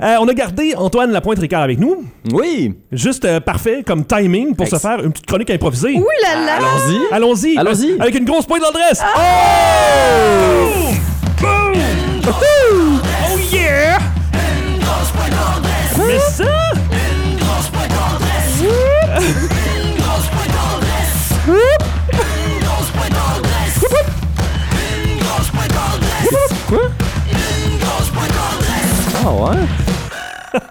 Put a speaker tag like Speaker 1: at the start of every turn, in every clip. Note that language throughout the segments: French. Speaker 1: Euh, on a gardé Antoine Lapointe-Ricard avec nous.
Speaker 2: Oui.
Speaker 1: Juste euh, parfait comme timing pour se
Speaker 2: Ex-
Speaker 1: faire une petite chronique improvisée.
Speaker 3: Ouh là là!
Speaker 2: Allons-y.
Speaker 1: Allons-y.
Speaker 2: Allons-y.
Speaker 1: Euh, Avec une grosse pointe d'adresse. Oh yeah! Mais ça!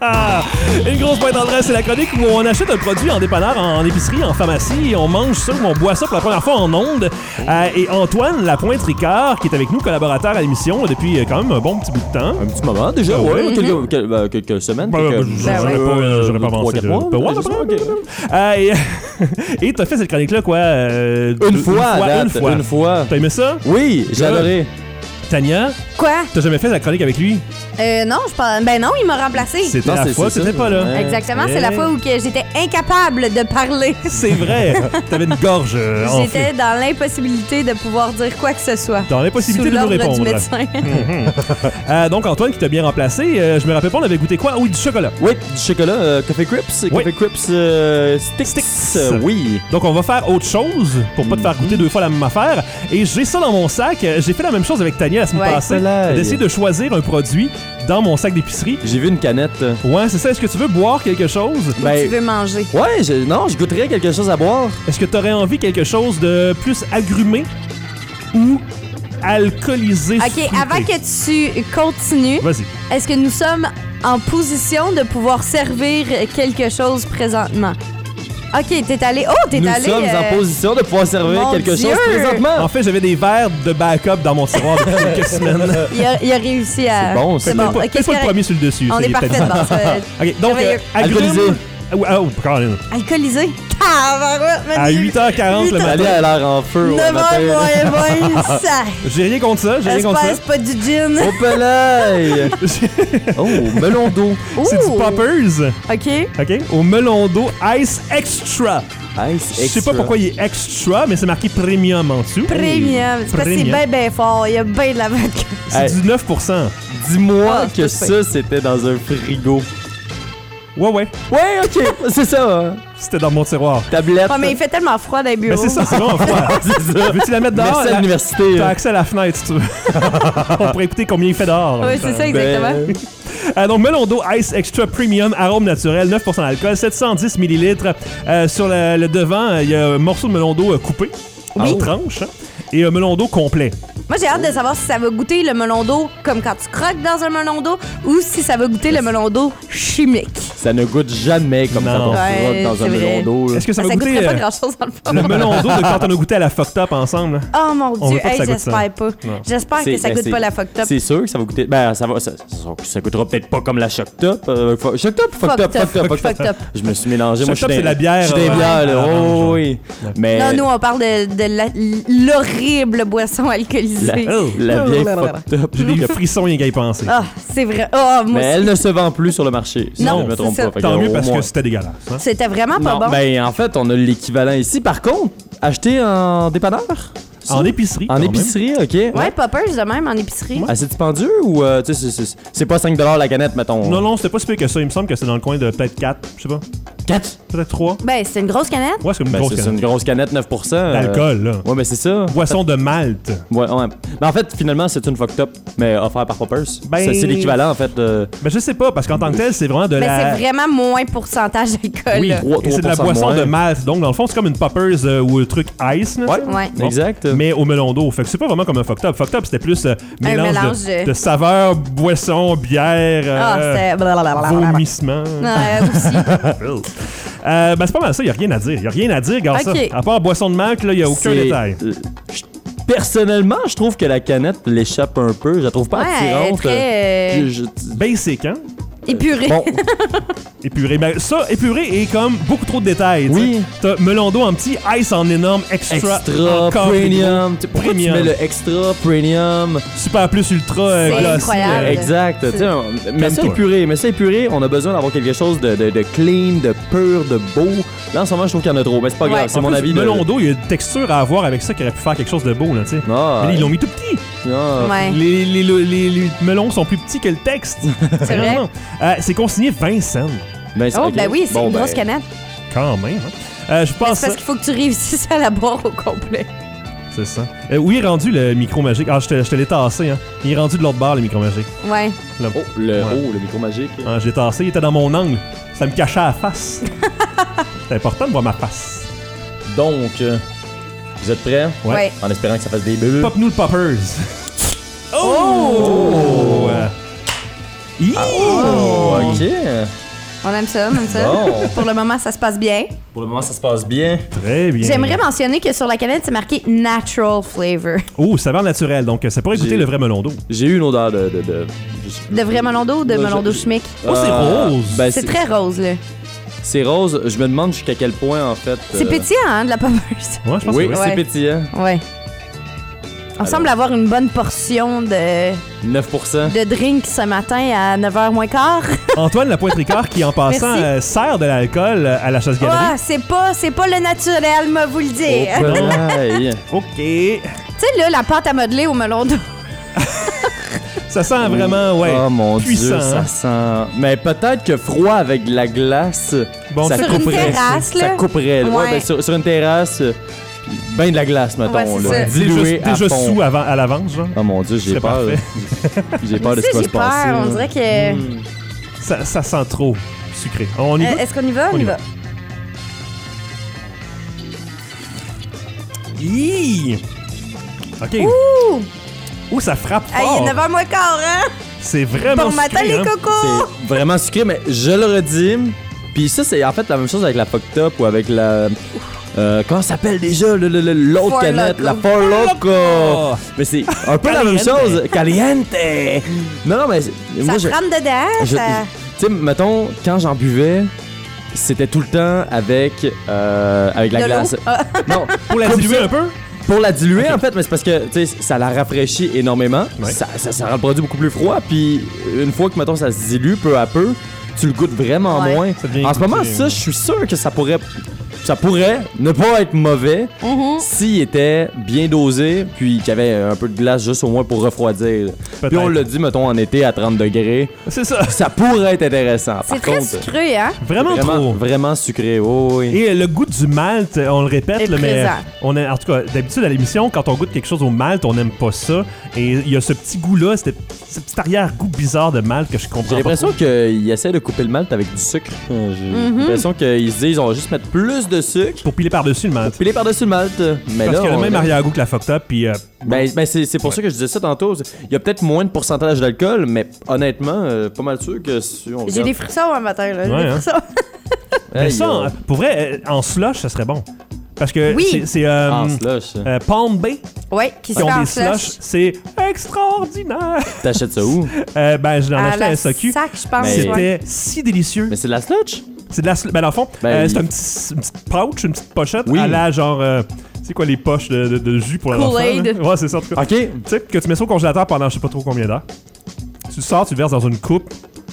Speaker 2: Ah ouais.
Speaker 1: Une grosse pointe d'adresse, c'est la chronique où on achète un produit en dépanneur, en épicerie, en pharmacie, et on mange ça ou on boit ça pour la première fois en onde. Euh, et Antoine Lapointe-Ricard, qui est avec nous, collaborateur à l'émission depuis euh, quand même un bon petit bout de temps.
Speaker 2: Un petit moment
Speaker 1: Ah
Speaker 2: déjà, ouais. Quelques, quel- ben, quelques semaines.
Speaker 1: Ben, ben,
Speaker 2: quelques-
Speaker 1: j'aurais
Speaker 3: ouais.
Speaker 1: pas- j'aurais pas
Speaker 2: Trois,
Speaker 1: avancé,
Speaker 2: quatre
Speaker 1: je-
Speaker 2: mois,
Speaker 1: ben, ouais,
Speaker 2: je sais pas,
Speaker 1: ben,
Speaker 2: ok.
Speaker 1: Euh, et- et t'as fait cette chronique-là, quoi? euh, deux-
Speaker 2: Une fois, à date,
Speaker 1: Une fois.
Speaker 2: Une fois.
Speaker 1: T'as aimé ça?
Speaker 2: Oui,
Speaker 1: Good.
Speaker 2: j'ai adoré.
Speaker 1: Tania,
Speaker 3: Quoi?
Speaker 1: t'as jamais fait la chronique avec lui?
Speaker 3: Euh, non, je parle. Ben non, il m'a remplacé.
Speaker 1: C'était
Speaker 2: Non,
Speaker 1: la
Speaker 2: c'est-
Speaker 1: fois que
Speaker 2: c'est
Speaker 1: t'étais
Speaker 2: ça,
Speaker 1: pas là.
Speaker 2: ouais.
Speaker 3: Exactement, c'est la
Speaker 1: Eh.
Speaker 3: fois où que j'étais incapable de parler.
Speaker 1: C'est vrai. T'avais une gorge euh, enflée.
Speaker 3: J'étais dans l'impossibilité de pouvoir dire quoi que ce soit.
Speaker 1: Dans l'impossibilité de
Speaker 3: Sous
Speaker 1: nous
Speaker 3: l'ordre
Speaker 1: répondre.
Speaker 3: du médecin.
Speaker 1: Euh, donc Antoine qui t'a bien remplacé, euh, je me rappelle pas, on avait goûté quoi? Oui, du chocolat.
Speaker 2: Oui, du chocolat, euh, Café Crips,
Speaker 1: Oui.
Speaker 2: Café Crips euh, Sticks.
Speaker 1: Sticks.
Speaker 2: euh, oui.
Speaker 1: Donc on va faire autre chose pour pas te faire
Speaker 2: Mhm.
Speaker 1: goûter deux fois la même affaire. Et j'ai ça dans mon sac. Euh, J'ai fait la même chose avec Tania la semaine
Speaker 3: Ouais.
Speaker 1: passée.
Speaker 2: Soleil.
Speaker 1: D'essayer de choisir un produit dans mon sac d'épicerie.
Speaker 2: J'ai vu une canette.
Speaker 1: Ouais, c'est ça. Est-ce que tu veux boire quelque chose?
Speaker 3: Tu veux manger.
Speaker 2: ouais, je- non, je goûterais quelque chose à boire.
Speaker 1: Est-ce que t'aurais envie quelque chose de plus agrumé ou alcoolisé?
Speaker 3: OK,
Speaker 1: fruité?
Speaker 3: avant que tu continues,
Speaker 1: Vas-y.
Speaker 3: est-ce que nous sommes en position de pouvoir servir quelque chose présentement? OK, t'es allé. Oh, t'es
Speaker 2: Nous
Speaker 3: allé.
Speaker 2: sommes
Speaker 3: euh,
Speaker 2: en position de pouvoir servir
Speaker 3: mon
Speaker 2: quelque
Speaker 3: Dieu.
Speaker 2: chose présentement.
Speaker 1: En fait, j'avais des verres de backup dans mon tiroir depuis quelques semaines.
Speaker 3: Il a, il a réussi à.
Speaker 2: C'est bon, c'est
Speaker 3: bon.
Speaker 1: Peut-être pas, peut-être
Speaker 3: OK,
Speaker 1: pas le
Speaker 3: correct.
Speaker 1: premier sur le dessus.
Speaker 3: On
Speaker 1: ça, il
Speaker 3: est parfait
Speaker 1: peut-être-
Speaker 3: de base. Euh,
Speaker 1: OK, donc, euh,
Speaker 3: Merveilleux.
Speaker 1: agrumes-
Speaker 2: Alcoolisé.
Speaker 1: Ah, ouais, Oh, Colin.
Speaker 3: Alcoolisé. Tabarouette, man,
Speaker 1: À
Speaker 3: j'ai-
Speaker 1: 8h40 le
Speaker 3: Huit heures-
Speaker 2: Allez,
Speaker 1: matin.
Speaker 2: à l'air en feu. au
Speaker 3: 9
Speaker 2: matin.
Speaker 3: h moins 20, ça.
Speaker 1: J'ai rien contre ça, j'ai rien contre ça.
Speaker 3: J'espère que c'est pas du gin.
Speaker 2: Au palais! oh, melon d'eau.
Speaker 1: C'est
Speaker 3: Ouh.
Speaker 1: du poppers,
Speaker 3: OK.
Speaker 1: OK? Au melon d'eau Ice Extra.
Speaker 2: Ice
Speaker 1: Je sais pas
Speaker 2: extra.
Speaker 1: pourquoi il est extra, mais c'est marqué premium en dessous.
Speaker 3: Premium. C'est parce que c'est
Speaker 1: Premium.
Speaker 3: bien, bien fort. Il y a bien de la vodka.
Speaker 1: C'est
Speaker 2: Hey.
Speaker 1: du 9%.
Speaker 2: Dis-moi
Speaker 3: Ah,
Speaker 2: que
Speaker 3: c'est
Speaker 2: ça, c'était dans un frigo.
Speaker 1: Ouais, ouais.
Speaker 2: Ouais, ok, c'est ça. hein.
Speaker 1: C'était dans mon tiroir.
Speaker 2: Tablette.
Speaker 3: Oh, mais il fait tellement froid dans les bureaux.
Speaker 1: Mais Ben, c'est ça, c'est vraiment froid.
Speaker 2: C'est ça.
Speaker 1: Veux-tu la mettre dehors?
Speaker 2: Merci à
Speaker 1: La-
Speaker 2: l'université.
Speaker 1: T'as
Speaker 2: hein.
Speaker 1: accès à la fenêtre, si tu veux. On pourrait écouter combien il fait dehors.
Speaker 3: Oui, c'est ça, exactement.
Speaker 2: Ben,
Speaker 1: Euh, donc, melon d'eau Ice Extra Premium, arôme naturel, 9% d'alcool, 710 millilitres. Euh, sur le, le devant, euh, il y a un morceau de melon d'eau euh, coupé en
Speaker 2: Oui.
Speaker 1: tranches hein, et un melon d'eau complet.
Speaker 3: Moi, j'ai hâte de savoir si ça va goûter le melon d'eau comme quand tu croques dans un melon d'eau ou si ça va goûter le melon d'eau chimique.
Speaker 2: Ça ne goûte jamais comme
Speaker 1: Non.
Speaker 2: quand on
Speaker 3: Ouais,
Speaker 2: frotte dans un
Speaker 3: c'est vrai.
Speaker 2: melon d'eau. là.
Speaker 1: Est-ce que ça
Speaker 3: Ah, Ça,
Speaker 1: va goûter
Speaker 3: goûterait pas
Speaker 1: euh,
Speaker 3: grand-chose dans le fond.
Speaker 1: le melon d'eau de quand on a goûté à la fucked up ensemble? hein?
Speaker 3: Oh mon
Speaker 1: On
Speaker 3: Dieu,
Speaker 1: veut pas que
Speaker 3: hey,
Speaker 1: ça goûte ça.
Speaker 3: j'espère pas. J'espère que
Speaker 2: C'est-
Speaker 3: ça
Speaker 2: ben,
Speaker 3: goûte
Speaker 2: c'est-
Speaker 3: pas la fuck top.
Speaker 2: C'est sûr que ça va goûter. Ben, ça va. Ça, ça- ça goûtera peut-être pas comme la Shock Top. euh, fo- shock Top, Fuck
Speaker 3: Fuck
Speaker 2: Top, Fuck Top,
Speaker 3: Top,
Speaker 2: Fuck
Speaker 3: Fuck
Speaker 2: Top.
Speaker 3: Top.
Speaker 2: Je me suis mélangé. Moi,
Speaker 1: Shock
Speaker 2: je suis
Speaker 1: Top,
Speaker 2: dans-
Speaker 1: c'est la bière,
Speaker 2: Je suis des
Speaker 1: ouais.
Speaker 2: bières, là.
Speaker 1: Ouais.
Speaker 2: Oh, oui. Mais.
Speaker 1: euh,
Speaker 3: Non, nous, on parle de, de la- l'horrible boisson alcoolisée.
Speaker 2: La,
Speaker 1: oh,
Speaker 2: la vieille Fuck Top.
Speaker 1: J'ai des frissons rien qu'à y penser.
Speaker 3: Ah, c'est vrai. Ah,
Speaker 2: Mais
Speaker 3: moi aussi.
Speaker 2: elle ne se vend plus sur le marché, si
Speaker 3: Non,
Speaker 2: je ne me
Speaker 3: c'est
Speaker 2: trompe
Speaker 3: ça.
Speaker 2: pas.
Speaker 3: Ah,
Speaker 2: Fait
Speaker 1: Tant
Speaker 2: que,
Speaker 1: mieux
Speaker 2: au
Speaker 1: parce
Speaker 2: moins-
Speaker 1: que c'était dégueulasse. hein.
Speaker 3: C'était vraiment pas
Speaker 2: Non,
Speaker 3: bon.
Speaker 2: ben en fait, on a l'équivalent ici. Par contre, acheter en dépanneur? ça?
Speaker 1: En épicerie. quand
Speaker 2: En
Speaker 1: même.
Speaker 2: épicerie, OK.
Speaker 3: ouais, poppers de même en épicerie.
Speaker 2: Assez dispendieux ou, euh, tu sais, c'est- c'est- c'est pas 5 la canette, mettons.
Speaker 1: Non, non, c'était pas si pire que ça. Il me semble que c'était dans le coin de peut-être 4, je sais pas,
Speaker 2: 4?
Speaker 1: peut-être 3.
Speaker 3: Ben, c'est une grosse canette.
Speaker 1: Ouais, c'est comme une
Speaker 2: Ben,
Speaker 1: grosse
Speaker 2: c'est c'est
Speaker 1: canette.
Speaker 2: une grosse canette, 9 euh,
Speaker 1: D'alcool, là.
Speaker 2: Ouais, mais c'est ça.
Speaker 1: Boisson de Malte.
Speaker 2: Ouais, ouais. Mais en fait, finalement, c'est une fuck top, mais offert par Poppers.
Speaker 1: Ben-
Speaker 2: Ça, C'est l'équivalent, en fait, de
Speaker 1: Mais Ben, je sais pas, parce qu'en tant que tel, c'est vraiment de
Speaker 3: Mais
Speaker 1: la.
Speaker 3: Ben, c'est vraiment moins pourcentage d'alcool.
Speaker 2: oui,
Speaker 3: là.
Speaker 2: 3,
Speaker 1: Et c'est de la boisson de Malte. Donc, dans le fond, c'est comme une poppers euh, ou un truc ice. là,
Speaker 2: Ouais,
Speaker 1: tu
Speaker 3: Ouais.
Speaker 1: sais.
Speaker 2: exact.
Speaker 1: Mais au melon d'eau. Fait que c'est pas vraiment comme un fucked up. Fucked up, c'était plus euh, mélange,
Speaker 3: mélange
Speaker 1: de,
Speaker 3: de-
Speaker 1: de saveurs, boissons, bière,
Speaker 3: Ah,
Speaker 1: euh,
Speaker 3: c'était. blablabla.
Speaker 1: vomissements.
Speaker 3: Ouais, aussi.
Speaker 1: Euh, ben, c'est pas mal ça. Y a rien à dire. Y a rien à dire, gars,
Speaker 3: Ok.
Speaker 1: ça. À part boisson de Malte, là, y a aucun
Speaker 2: C'est-
Speaker 1: détail.
Speaker 2: euh, je- Personnellement, je trouve que la canette l'échappe un peu. Je la trouve pas
Speaker 3: Ouais, elle est
Speaker 2: attirante.
Speaker 3: très, euh,
Speaker 2: Je- je-
Speaker 1: Basic, hein?
Speaker 3: Épuré.
Speaker 2: Bon,
Speaker 1: Épuré. Ben, ça, épuré est comme beaucoup trop de détails. tu sais.
Speaker 2: Oui.
Speaker 1: T'as melon d'eau en petit, ice en énorme, extra,
Speaker 2: extra,
Speaker 1: encore
Speaker 2: premium. Tu- Pourquoi
Speaker 1: Premium.
Speaker 2: tu mets le extra, premium?
Speaker 1: plus- super plus ultra euh,
Speaker 3: C'est
Speaker 1: glossy,
Speaker 3: incroyable.
Speaker 1: euh,
Speaker 2: Exact. tu sais, on- Mais ça
Speaker 1: toi.
Speaker 2: épuré, mais ça épuré, on a besoin d'avoir quelque chose de, de- de clean, de pur, de beau. Là, en ce moment, je trouve qu'il y en a trop, mais c'est pas
Speaker 3: Ouais.
Speaker 2: grave, c'est
Speaker 1: En
Speaker 2: mon
Speaker 1: plus,
Speaker 2: avis. de-
Speaker 1: Melon d'eau, il y a une texture à avoir avec ça qui aurait pu faire quelque chose de beau, là, tu sais.
Speaker 2: Ah,
Speaker 1: Mais là, ils
Speaker 2: ouais.
Speaker 1: l'ont mis tout petit.
Speaker 2: Ah,
Speaker 3: Ouais.
Speaker 1: Les, les- les- les- les melons sont plus petits que le texte.
Speaker 3: C'est vrai?
Speaker 1: Vraiment. Euh, c'est consigné 20 cents,
Speaker 2: ben, c'est-
Speaker 3: Oh,
Speaker 2: ok.
Speaker 3: ben oui, c'est
Speaker 2: Bon,
Speaker 3: une
Speaker 2: ben,
Speaker 3: grosse canette.
Speaker 1: quand même. hein. Euh, je
Speaker 3: Mais
Speaker 2: ah,
Speaker 1: pense.
Speaker 3: C'est parce qu'il faut que tu réussisses à la boire au complet.
Speaker 1: C'est ça. Euh, où est rendu le micro magique? Ah, je te, je te l'ai tassé, hein. Il est rendu de l'autre bord, le micro magique.
Speaker 3: Ouais.
Speaker 2: Oh, le,
Speaker 1: Ouais.
Speaker 2: oh, le micro magique.
Speaker 1: Ah, je l'ai tassé, il était dans mon angle. Ça me cachait la face. c'est important de voir ma face.
Speaker 2: Donc, euh, vous êtes prêts?
Speaker 1: Ouais.
Speaker 3: Ouais.
Speaker 2: En espérant que ça fasse des bulles.
Speaker 1: Pop nous le poppers. Oh! Euh, hi!
Speaker 2: Ah, Oh, ok.
Speaker 3: On aime ça, on aime ça.
Speaker 2: Bon.
Speaker 3: Pour le moment, ça se passe bien.
Speaker 2: Pour le moment, ça se passe bien.
Speaker 1: Très bien.
Speaker 3: J'aimerais mentionner que sur la canette, c'est marqué natural flavor.
Speaker 1: Oh, saveur naturelle, donc euh, ça pourrait goûter
Speaker 2: J'ai-
Speaker 1: le vrai melon d'eau.
Speaker 2: J'ai eu une odeur de. de, de, je sais-
Speaker 3: De vrai melon d'eau ou de
Speaker 2: Ouais,
Speaker 3: melon d'eau
Speaker 2: je-
Speaker 3: chimique?
Speaker 1: Oh, c'est
Speaker 2: Euh,
Speaker 1: rose.
Speaker 2: ben,
Speaker 3: C'est très rose, là.
Speaker 2: C'est rose. Je me demande jusqu'à quel point, en fait.
Speaker 3: C'est
Speaker 2: euh,
Speaker 3: pétillant, hein, de la poppers.
Speaker 1: Ouais, je pense
Speaker 2: Oui,
Speaker 1: que oui.
Speaker 2: c'est
Speaker 3: Ouais.
Speaker 2: pétillant.
Speaker 3: Ouais. On semble avoir une bonne portion de,
Speaker 2: 9%.
Speaker 3: de drink ce matin à 9h moins quart.
Speaker 1: Antoine Lapointe-Ricard qui, en passant,
Speaker 3: Merci.
Speaker 1: euh, sert de l'alcool euh, à la chasse-galerie.
Speaker 3: Ah, c'est pas, c'est pas le naturel, me vous le dire.
Speaker 2: Oh, pareil.
Speaker 1: OK.
Speaker 3: Tu sais, là, la pâte à modeler au melon d'eau.
Speaker 1: Ça sent vraiment, ouais.
Speaker 2: Oh mon
Speaker 1: puissant,
Speaker 2: dieu,
Speaker 1: hein.
Speaker 2: ça sent. Mais peut-être que froid avec de la glace,
Speaker 1: Bon,
Speaker 2: ça
Speaker 1: sur
Speaker 3: une
Speaker 2: couperait.
Speaker 3: terrasse,
Speaker 2: ça, ça
Speaker 3: là.
Speaker 2: couperait. Ouais,
Speaker 3: Ouais.
Speaker 2: ben, sur, sur une terrasse, euh, puis ben de la glace, mettons.
Speaker 3: Ouais, c'est
Speaker 2: là,
Speaker 3: ça.
Speaker 2: diluée
Speaker 1: déjà
Speaker 2: à
Speaker 1: déjà
Speaker 2: fond.
Speaker 1: sous avant, à l'avance, genre.
Speaker 2: Oh mon dieu, j'ai
Speaker 1: serait
Speaker 2: peur. j'ai peur de ce qui va
Speaker 3: j'ai
Speaker 2: se
Speaker 3: peur.
Speaker 2: passer.
Speaker 3: On
Speaker 2: là.
Speaker 3: dirait que.
Speaker 1: Ça, ça sent trop sucré. On y
Speaker 3: Euh,
Speaker 2: Mm.
Speaker 1: va?
Speaker 3: Est-ce qu'on y va? On y va.
Speaker 1: Hi! OK.
Speaker 3: Ouh!
Speaker 1: Ouh, ça frappe
Speaker 3: Hey, il
Speaker 1: fort.
Speaker 3: est 9h moins quart, hein?
Speaker 1: C'est vraiment
Speaker 3: Bon matin,
Speaker 1: sucré,
Speaker 3: les
Speaker 1: hein.
Speaker 3: cocos!
Speaker 2: C'est vraiment sucré, mais je le redis. Puis ça, c'est en fait la même chose avec la fuck top ou avec la. Euh, comment ça s'appelle déjà le- le- le- l'autre
Speaker 3: Four
Speaker 2: canette?
Speaker 3: Loko.
Speaker 2: La Four Loco!
Speaker 1: Loco.
Speaker 2: Mais c'est un peu la même
Speaker 1: Caliente.
Speaker 2: chose. Caliente! Non, non, mais. moi,
Speaker 3: Ça
Speaker 2: je-
Speaker 3: se rentre dedans,
Speaker 2: Je-
Speaker 3: ça.
Speaker 2: Tu sais, mettons, quand j'en buvais, c'était tout le temps avec, euh, avec la
Speaker 3: De l'eau.
Speaker 2: glace.
Speaker 3: Ah.
Speaker 2: Non,
Speaker 1: Pour la
Speaker 2: Comme
Speaker 1: diluer
Speaker 2: ça.
Speaker 1: un peu?
Speaker 2: pour la diluer, en fait, mais c'est parce que tu sais, ça la rafraîchit énormément.
Speaker 1: Ouais.
Speaker 2: Ça, ça, ça rend le produit beaucoup plus froid. Puis une fois que, mettons, ça se dilue peu à peu, tu le goûtes vraiment
Speaker 3: Ouais.
Speaker 2: moins.
Speaker 1: Ça devient
Speaker 2: En ce
Speaker 1: goûté,
Speaker 2: moment,
Speaker 1: ouais.
Speaker 2: ça, je suis sûr que ça pourrait. Ça pourrait ne pas être mauvais
Speaker 3: Mhm.
Speaker 2: s'il était bien dosé, puis qu'il y avait un peu de glace juste au moins pour refroidir. Puis on
Speaker 1: Peut-être.
Speaker 2: l'a dit, mettons, en été à 30 degrés,
Speaker 1: C'est ça.
Speaker 2: ça pourrait être intéressant.
Speaker 3: C'est
Speaker 2: Par
Speaker 3: très
Speaker 2: contre,
Speaker 3: sucré, hein?
Speaker 1: Vraiment,
Speaker 2: vraiment,
Speaker 1: trop.
Speaker 2: vraiment sucré. oh oui.
Speaker 1: Et euh, le goût du malt, euh, on le répète,
Speaker 3: Est
Speaker 1: là, mais
Speaker 3: présent.
Speaker 1: on a, en tout cas, d'habitude à l'émission, quand on goûte quelque chose au malt, on n'aime pas ça. Et il y a ce petit goût-là, c'était- ce petit arrière-goût bizarre de malt que je comprends
Speaker 2: J'ai
Speaker 1: pas.
Speaker 2: l'impression qu'ils essaient de couper le malt avec du sucre. Euh, J'ai
Speaker 3: Mhm.
Speaker 2: l'impression qu'ils se disent on va juste mettre plus de sucre,
Speaker 1: Pour piler par-dessus le malt.
Speaker 2: piler par-dessus le malt. Mais
Speaker 1: Parce
Speaker 2: là,
Speaker 1: qu'il y a
Speaker 2: on-
Speaker 1: le même arrière-goût que la fucked up, puis euh,
Speaker 2: Ben, ben, c'est c'est pour ça que je disais ça tantôt. Il y a peut-être moins de pourcentage d'alcool, mais honnêtement, euh, pas mal sûr que si on
Speaker 3: J'ai
Speaker 2: regarde-
Speaker 3: des frissons un matin, là. J'ai
Speaker 1: Ouais,
Speaker 3: des
Speaker 1: hein.
Speaker 3: frissons.
Speaker 1: mais
Speaker 2: Hey,
Speaker 1: ça,
Speaker 2: yo.
Speaker 1: euh, pour vrai, euh, en slush, ça serait bon. Parce que
Speaker 3: Oui.
Speaker 1: c'est- c'est euh,
Speaker 2: Ah, slush.
Speaker 1: euh, Palm Bay
Speaker 3: Ouais, qui se
Speaker 1: qui
Speaker 3: fait
Speaker 1: ont
Speaker 3: en
Speaker 1: des
Speaker 3: slush.
Speaker 1: slush, c'est extraordinaire.
Speaker 2: T'achètes ça où?
Speaker 1: Euh, ben, je l'en
Speaker 3: À
Speaker 1: achetais à
Speaker 3: la
Speaker 1: SAQ.
Speaker 3: sac, je pense.
Speaker 2: Mais-
Speaker 3: ouais.
Speaker 1: C'était si délicieux.
Speaker 2: Ben, Mais c'est de la slush?
Speaker 1: C'est de la. sl- Ben, dans le fond,
Speaker 2: Ben,
Speaker 1: euh,
Speaker 2: il-
Speaker 1: c'est un petit, une petite pouch, une petite pochette.
Speaker 2: Oui.
Speaker 1: À la genre. euh, c'est quoi les poches de, de- de jus pour la
Speaker 3: Kool-Aid.
Speaker 1: Ouais, c'est ça, en tout cas.
Speaker 2: OK.
Speaker 1: Tu sais, que tu mets ça au congélateur pendant je sais pas trop combien d'heures. Tu le sors, tu le verses dans une coupe,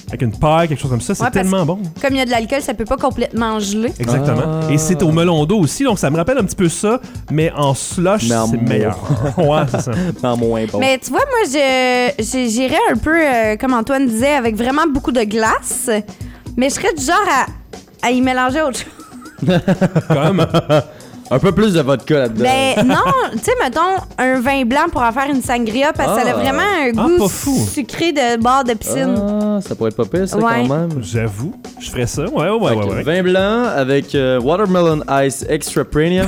Speaker 1: avec une paille, quelque chose comme ça. C'est
Speaker 3: Ouais, parce-
Speaker 1: tellement bon.
Speaker 3: Comme il y a de l'alcool, ça peut pas complètement geler.
Speaker 1: Exactement.
Speaker 2: Ah.
Speaker 1: Et c'est au melon d'eau aussi, donc ça me rappelle un petit peu ça, mais en slush,
Speaker 2: Mais en
Speaker 1: c'est
Speaker 2: mou.
Speaker 1: meilleur. ouais, c'est ça.
Speaker 2: Non, Ah, moins
Speaker 1: Oh.
Speaker 2: bon.
Speaker 3: Mais tu vois, moi, je, je- j'irais un peu, euh, comme Antoine disait, avec vraiment beaucoup de glace. Mais je serais du genre à, à y mélanger autre chose.
Speaker 1: Comme.
Speaker 2: Un peu plus de vodka là-dedans.
Speaker 3: Ben non, tu sais, mettons un vin blanc pour en faire une sangria parce que ça a
Speaker 2: Ah.
Speaker 3: vraiment un
Speaker 1: Ah,
Speaker 3: goût
Speaker 1: pas fou.
Speaker 3: sucré de bord de piscine.
Speaker 2: Ah, ça pourrait être pas pire, ça,
Speaker 3: Ouais.
Speaker 2: quand même.
Speaker 1: J'avoue, je ferais ça. Ouais, ouais, ouais,
Speaker 2: Fait que
Speaker 1: ouais. ouais.
Speaker 2: Vin blanc avec euh, Watermelon Ice Extra Premium.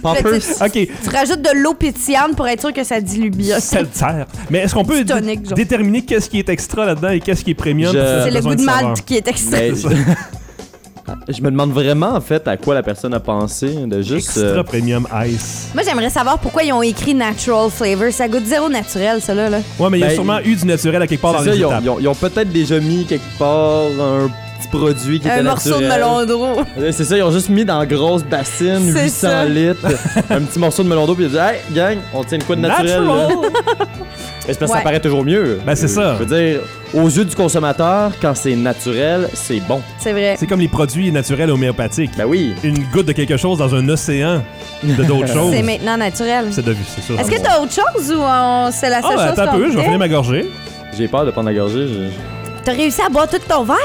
Speaker 2: Poppers.
Speaker 3: Petit-
Speaker 1: Ok,
Speaker 3: Tu rajoutes de l'eau pétillante pour être sûr que ça dilue bien.
Speaker 1: Ça le sert. Mais est-ce qu'on peut
Speaker 3: Du tonic,
Speaker 1: dé-
Speaker 3: genre.
Speaker 1: déterminer qu'est-ce qui est extra là-dedans et qu'est-ce qui est premium?
Speaker 2: Je-
Speaker 1: parce que ça a
Speaker 3: C'est le
Speaker 1: besoin
Speaker 3: goût de
Speaker 1: saveur.
Speaker 3: malt qui est extra.
Speaker 2: Mais- je me demande vraiment, en fait, à quoi la personne a pensé de juste...
Speaker 1: Extra
Speaker 2: euh,
Speaker 1: premium ice.
Speaker 3: Moi, j'aimerais savoir pourquoi ils ont écrit natural flavor. Ça goûte zéro naturel, ça là. là.
Speaker 1: Ouais, mais il y a
Speaker 2: Ben,
Speaker 1: sûrement eu du naturel à quelque part dans
Speaker 2: c'est ça,
Speaker 1: les
Speaker 2: ils ont,
Speaker 1: étapes.
Speaker 2: ils ont- ils ont peut-être déjà mis quelque part un petit produit qui
Speaker 3: Un
Speaker 2: était
Speaker 3: morceau de
Speaker 2: naturel.
Speaker 3: melon d'eau.
Speaker 2: Euh, C'est ça, ils ont juste mis dans la grosse bassine,
Speaker 3: C'est
Speaker 2: 800
Speaker 3: ça.
Speaker 2: litres, un petit morceau de melon d'eau, puis ils ont dit « Hey, gang, on tient une quoi de naturel? là?
Speaker 1: Natural!
Speaker 2: Mais c'est parce que
Speaker 3: Ouais.
Speaker 2: ça paraît toujours mieux.
Speaker 1: Ben, c'est
Speaker 2: Euh,
Speaker 1: ça.
Speaker 2: Je veux dire, aux yeux du consommateur, quand c'est naturel, c'est bon.
Speaker 3: C'est vrai.
Speaker 1: C'est comme les produits naturels homéopathiques.
Speaker 2: Ben oui.
Speaker 1: Une goutte de quelque chose dans un océan de d'autres choses.
Speaker 3: C'est maintenant naturel.
Speaker 1: C'est de c'est ça.
Speaker 3: Est-ce que t'as autre chose ou on- c'est la
Speaker 1: Ah,
Speaker 3: seule
Speaker 1: ben,
Speaker 3: chose
Speaker 1: attends un
Speaker 3: qu'on
Speaker 1: peu, je vais
Speaker 3: fait?
Speaker 1: finir ma gorgée.
Speaker 2: J'ai peur de prendre la gorgée. je-
Speaker 3: T'as réussi à boire tout ton verre?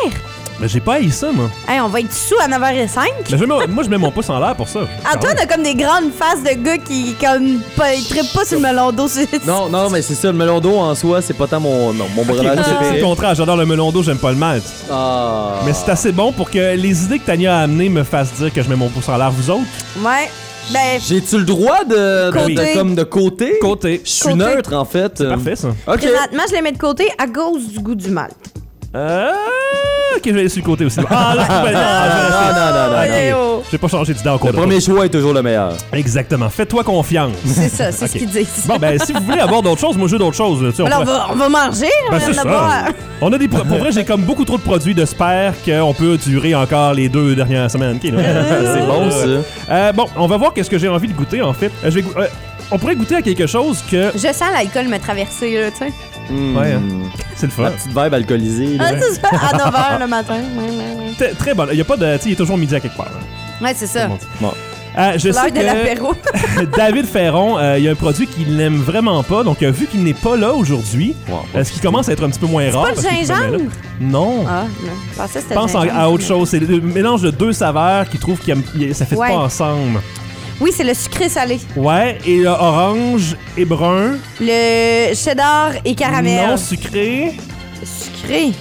Speaker 1: Mais j'ai pas haï ça, moi.
Speaker 3: Hey, on va être sous à 9h05.
Speaker 1: Ben, je mets- moi, je mets mon pouce en l'air pour ça.
Speaker 3: Antoine Ah, a comme des grandes faces de gars qui, comme, pas, ils trippent pas sur le melon d'eau. c'est-
Speaker 2: Non, non, mais c'est ça. Le melon d'eau en soi, c'est pas tant mon, non, mon
Speaker 1: Ah ouais.
Speaker 2: breuvage
Speaker 1: Moi, c'est- c'est
Speaker 2: préféré.
Speaker 1: le contraire, j'adore le melon d'eau, j'aime pas le malt.
Speaker 2: Ah.
Speaker 1: Mais c'est assez bon pour que les idées que Tania a amenées me fassent dire que je mets mon pouce en l'air, vous autres.
Speaker 3: Ouais. Ben,
Speaker 2: J'ai-tu le droit de, de-
Speaker 3: Côté.
Speaker 2: de- comme de côté?
Speaker 1: Côté.
Speaker 2: Je suis
Speaker 3: Côté.
Speaker 2: neutre, en fait. C'est
Speaker 1: Parfait, ça.
Speaker 2: OK.
Speaker 3: présentement, je les mets de côté à cause du goût du mal.
Speaker 1: Euh... Ok, je vais aller sur le côté aussi. Ah, là, ben, non, je vais rester-
Speaker 2: Ah, non, non, non, non.
Speaker 3: Voyez, oh.
Speaker 1: J'ai pas changé d'idée
Speaker 2: Le
Speaker 1: encore.
Speaker 2: premier choix est toujours le meilleur.
Speaker 1: Exactement. Fais-toi confiance.
Speaker 3: C'est ça, c'est
Speaker 1: Ok.
Speaker 3: ce qu'ils disent.
Speaker 1: Bon, ben, si vous voulez avoir d'autres choses, moi, je veux d'autres choses. là, tu sais, on
Speaker 3: Alors, on
Speaker 1: pourrait-
Speaker 3: va, on va manger, on
Speaker 1: Ben,
Speaker 3: vient
Speaker 1: c'est
Speaker 3: de
Speaker 1: ça.
Speaker 3: boire.
Speaker 1: On a des pro- pour vrai, j'ai comme beaucoup trop de produits de Spare qu'on peut durer encore les deux dernières semaines. Ok, là.
Speaker 2: C'est bon, ça.
Speaker 1: Euh, bon, on va voir qu'est-ce que j'ai envie de goûter en fait. Euh, je vais go- euh, on pourrait goûter à quelque chose que
Speaker 3: Je sens l'alcool me traverser, là, tu sais.
Speaker 2: Hmm.
Speaker 1: Ouais, hein. c'est le
Speaker 2: La
Speaker 1: fun.
Speaker 2: petite vibe alcoolisée. là.
Speaker 3: Ah, c'est ça, à 9h le matin. Ouais, ouais, ouais.
Speaker 1: T- Très bon. Il y a pas de, tu sais, il est toujours midi à quelque part. hein.
Speaker 3: Ouais, c'est ça.
Speaker 1: Bon.
Speaker 2: Bon.
Speaker 1: Euh, je
Speaker 3: L'heure
Speaker 1: sais
Speaker 3: de
Speaker 1: que
Speaker 3: l'apéro.
Speaker 1: David Ferron, euh, il y a un produit qu'il n'aime vraiment pas, donc euh, vu qu'il n'est pas là aujourd'hui,
Speaker 2: Wow.
Speaker 1: euh, ce qui commence à être un petit peu moins rare.
Speaker 3: pas le
Speaker 1: parce qu'il est
Speaker 3: gingembre?
Speaker 1: jamais là. Non.
Speaker 3: Ah, non. Je pensais que c'était
Speaker 1: Je pense
Speaker 3: le
Speaker 1: en-
Speaker 3: gingembre.
Speaker 1: à autre chose. C'est le mélange de deux saveurs qu'ils trouvent qu'il aime- il- ça fait
Speaker 3: Ouais.
Speaker 1: pas ensemble.
Speaker 3: Oui, c'est le sucré salé.
Speaker 1: Ouais, et euh, orange et brun.
Speaker 3: Le cheddar et caramel.
Speaker 1: Non sucré.
Speaker 3: Sucré.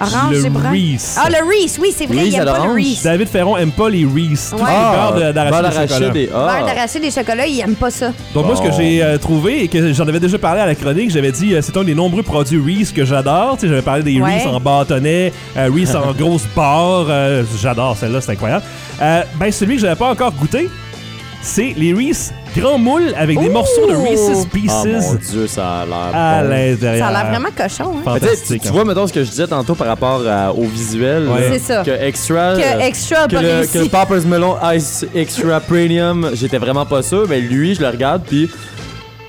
Speaker 3: Orange
Speaker 1: Le
Speaker 3: et brun.
Speaker 1: Reese.
Speaker 3: Ah, le Reese, oui, c'est vrai,
Speaker 2: Reese
Speaker 3: il aime
Speaker 2: à
Speaker 3: pas le
Speaker 2: l'orange.
Speaker 3: Reese.
Speaker 1: David Ferron aime pas les Reese. Tous
Speaker 3: Ouais.
Speaker 1: les
Speaker 2: Ah,
Speaker 1: beurres de-
Speaker 2: beurre
Speaker 1: d'arachide au
Speaker 2: d'arachide
Speaker 1: chocolat.
Speaker 2: et-
Speaker 3: Beurre
Speaker 2: ah.
Speaker 3: d'arachide et chocolat, il aime pas ça.
Speaker 1: Donc moi, ce que
Speaker 2: Bon.
Speaker 1: j'ai euh, trouvé et que j'en avais déjà parlé à la chronique, j'avais dit euh, c'est un des nombreux produits Reese que j'adore. Tu sais, j'avais parlé des
Speaker 3: Ouais.
Speaker 1: Reese en bâtonnet, euh, Reese en grosse barre. euh, j'adore celle-là, c'est incroyable. Euh, ben celui que j'avais pas encore goûté, c'est les Reese Grand Moule avec des
Speaker 3: Ouh!
Speaker 1: morceaux de Reese's
Speaker 2: Ah, mon
Speaker 1: Pieces
Speaker 2: Dieu, ça a l'air
Speaker 1: à
Speaker 2: bon.
Speaker 1: l'intérieur.
Speaker 3: Ça a l'air vraiment cochon, hein.
Speaker 2: Mais tu
Speaker 1: Ah,
Speaker 2: sais, tu,
Speaker 1: fantastique.
Speaker 2: tu vois, mettons ce que je disais tantôt par rapport à- au visuel.
Speaker 1: Ouais.
Speaker 3: C'est ça.
Speaker 2: Que Extra.
Speaker 3: Que
Speaker 2: euh,
Speaker 3: extra a
Speaker 2: que
Speaker 3: pas
Speaker 2: le, que le
Speaker 3: réussi.
Speaker 2: Poppers Melon Ice Extra Premium, j'étais vraiment pas sûr, mais lui, je le regarde, puis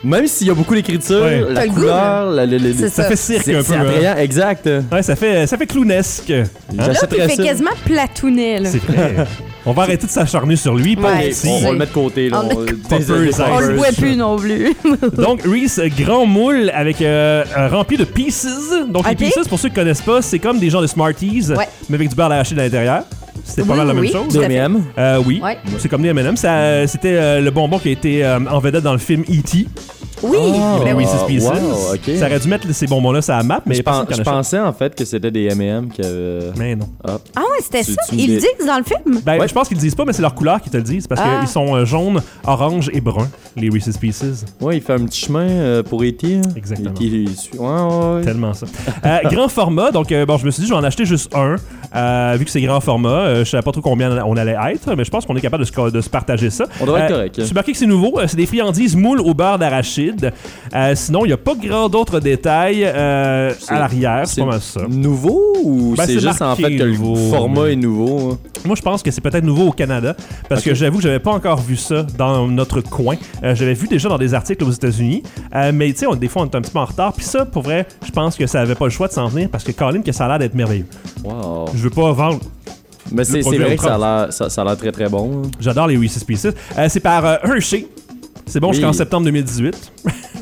Speaker 2: même s'il y a beaucoup d'écriture,
Speaker 1: Ouais.
Speaker 2: la
Speaker 3: T'as le goût,
Speaker 2: couleur, la, la- la-
Speaker 3: C'est
Speaker 1: ça fait cirque
Speaker 2: c'est
Speaker 1: un peu.
Speaker 2: c'est
Speaker 1: hein.
Speaker 2: attrayant, exact.
Speaker 1: Ouais, ça fait, ça fait clownesque. hein?
Speaker 3: Là, Ah. il
Speaker 2: J'achèterais
Speaker 3: fait
Speaker 2: ça.
Speaker 3: quasiment platounet, là.
Speaker 1: C'est vrai. On va arrêter de s'acharner sur lui,
Speaker 3: Ouais,
Speaker 1: pauvre
Speaker 2: Hey,
Speaker 1: petit.
Speaker 2: on, on va le mettre de côté. Là,
Speaker 3: On le-
Speaker 1: Poppers Ice.
Speaker 3: On le
Speaker 1: Reese.
Speaker 3: voit plus non plus.
Speaker 1: Donc, Reese, euh, grand moule avec euh, euh, rempli de pieces. Donc,
Speaker 3: Ok.
Speaker 1: les pieces, pour ceux qui connaissent pas, c'est comme des genres de Smarties,
Speaker 3: Ouais.
Speaker 1: mais avec du beurre d'arachide à l'intérieur. C'était pas
Speaker 3: Oui,
Speaker 1: mal la même
Speaker 3: oui.
Speaker 1: chose.
Speaker 3: Tout à fait.
Speaker 2: DM.
Speaker 1: Euh, oui,
Speaker 3: Ouais.
Speaker 1: c'est comme des M&M. Ça, euh, C'était euh, le bonbon qui a été euh, en vedette dans le film Eh E.T.
Speaker 3: Oui,
Speaker 2: Ah,
Speaker 1: les
Speaker 3: ben oui.
Speaker 1: Reese's Pieces.
Speaker 2: wow, ok.
Speaker 1: Ça aurait dû mettre ces bonbons-là sur la map, mais
Speaker 2: je,
Speaker 1: personne
Speaker 2: pense-
Speaker 1: qui en
Speaker 2: je
Speaker 1: a acheté.
Speaker 2: pensais en fait que c'était des MM que.
Speaker 1: Mais non.
Speaker 2: Ah.
Speaker 3: Ah ouais, c'était
Speaker 2: Tu-
Speaker 3: ça.
Speaker 2: tu me
Speaker 3: Ils le
Speaker 2: dis-
Speaker 3: disent dans le film.
Speaker 1: Ben,
Speaker 2: Ouais.
Speaker 1: je pense qu'ils le disent pas, mais c'est leur couleur qui te le disent parce
Speaker 3: Ah.
Speaker 1: qu'ils sont euh, jaune, orange et brun, les Reese's Pieces.
Speaker 2: Ouais, il fait un petit chemin euh, pour E.T. hein.
Speaker 1: Exactement.
Speaker 2: E.T., il suit- ouais, ouais, ouais.
Speaker 1: Tellement ça. Euh, grand format, donc euh, bon, je me suis dit, je vais en acheter juste un. Euh, vu que c'est grand format, euh, je savais pas trop combien on allait être, mais je pense qu'on est capable de se, co- de se partager ça.
Speaker 2: On devrait être correct. hein.
Speaker 1: J'ai marqué que c'est nouveau, euh, c'est des friandises moules au beurre d'arachide. Euh, sinon, il n'y a pas grand d'autres détails euh, à l'arrière, c'est pas mal ça.
Speaker 2: Nouveau ou
Speaker 1: Ben,
Speaker 2: c'est
Speaker 1: c'est
Speaker 2: juste en
Speaker 1: marqué
Speaker 2: fait que le
Speaker 1: nouveau,
Speaker 2: format
Speaker 1: mais-
Speaker 2: est nouveau? hein?
Speaker 1: Moi, je pense que c'est peut-être nouveau au Canada, parce
Speaker 2: Ok.
Speaker 1: que j'avoue que j'avais pas encore vu ça dans notre coin. Euh, j'avais vu déjà dans des articles aux États-Unis, euh, mais tu sais, on- des fois, on est un petit peu en retard. Puis ça, pour vrai, je pense que ça avait pas le choix de s'en venir, parce que Colin, que ça a l'air d'être merveilleux.
Speaker 2: Wow.
Speaker 1: Je veux pas vendre
Speaker 2: Mais Ben, c'est c'est
Speaker 1: produit
Speaker 2: vrai
Speaker 1: au
Speaker 2: que ça a l'air ça, ça a l'air très très bon. hein.
Speaker 1: J'adore les Reese's Pieces. Euh, c'est par euh, Hershey. C'est bon
Speaker 2: Oui.
Speaker 1: jusqu'en septembre 2018.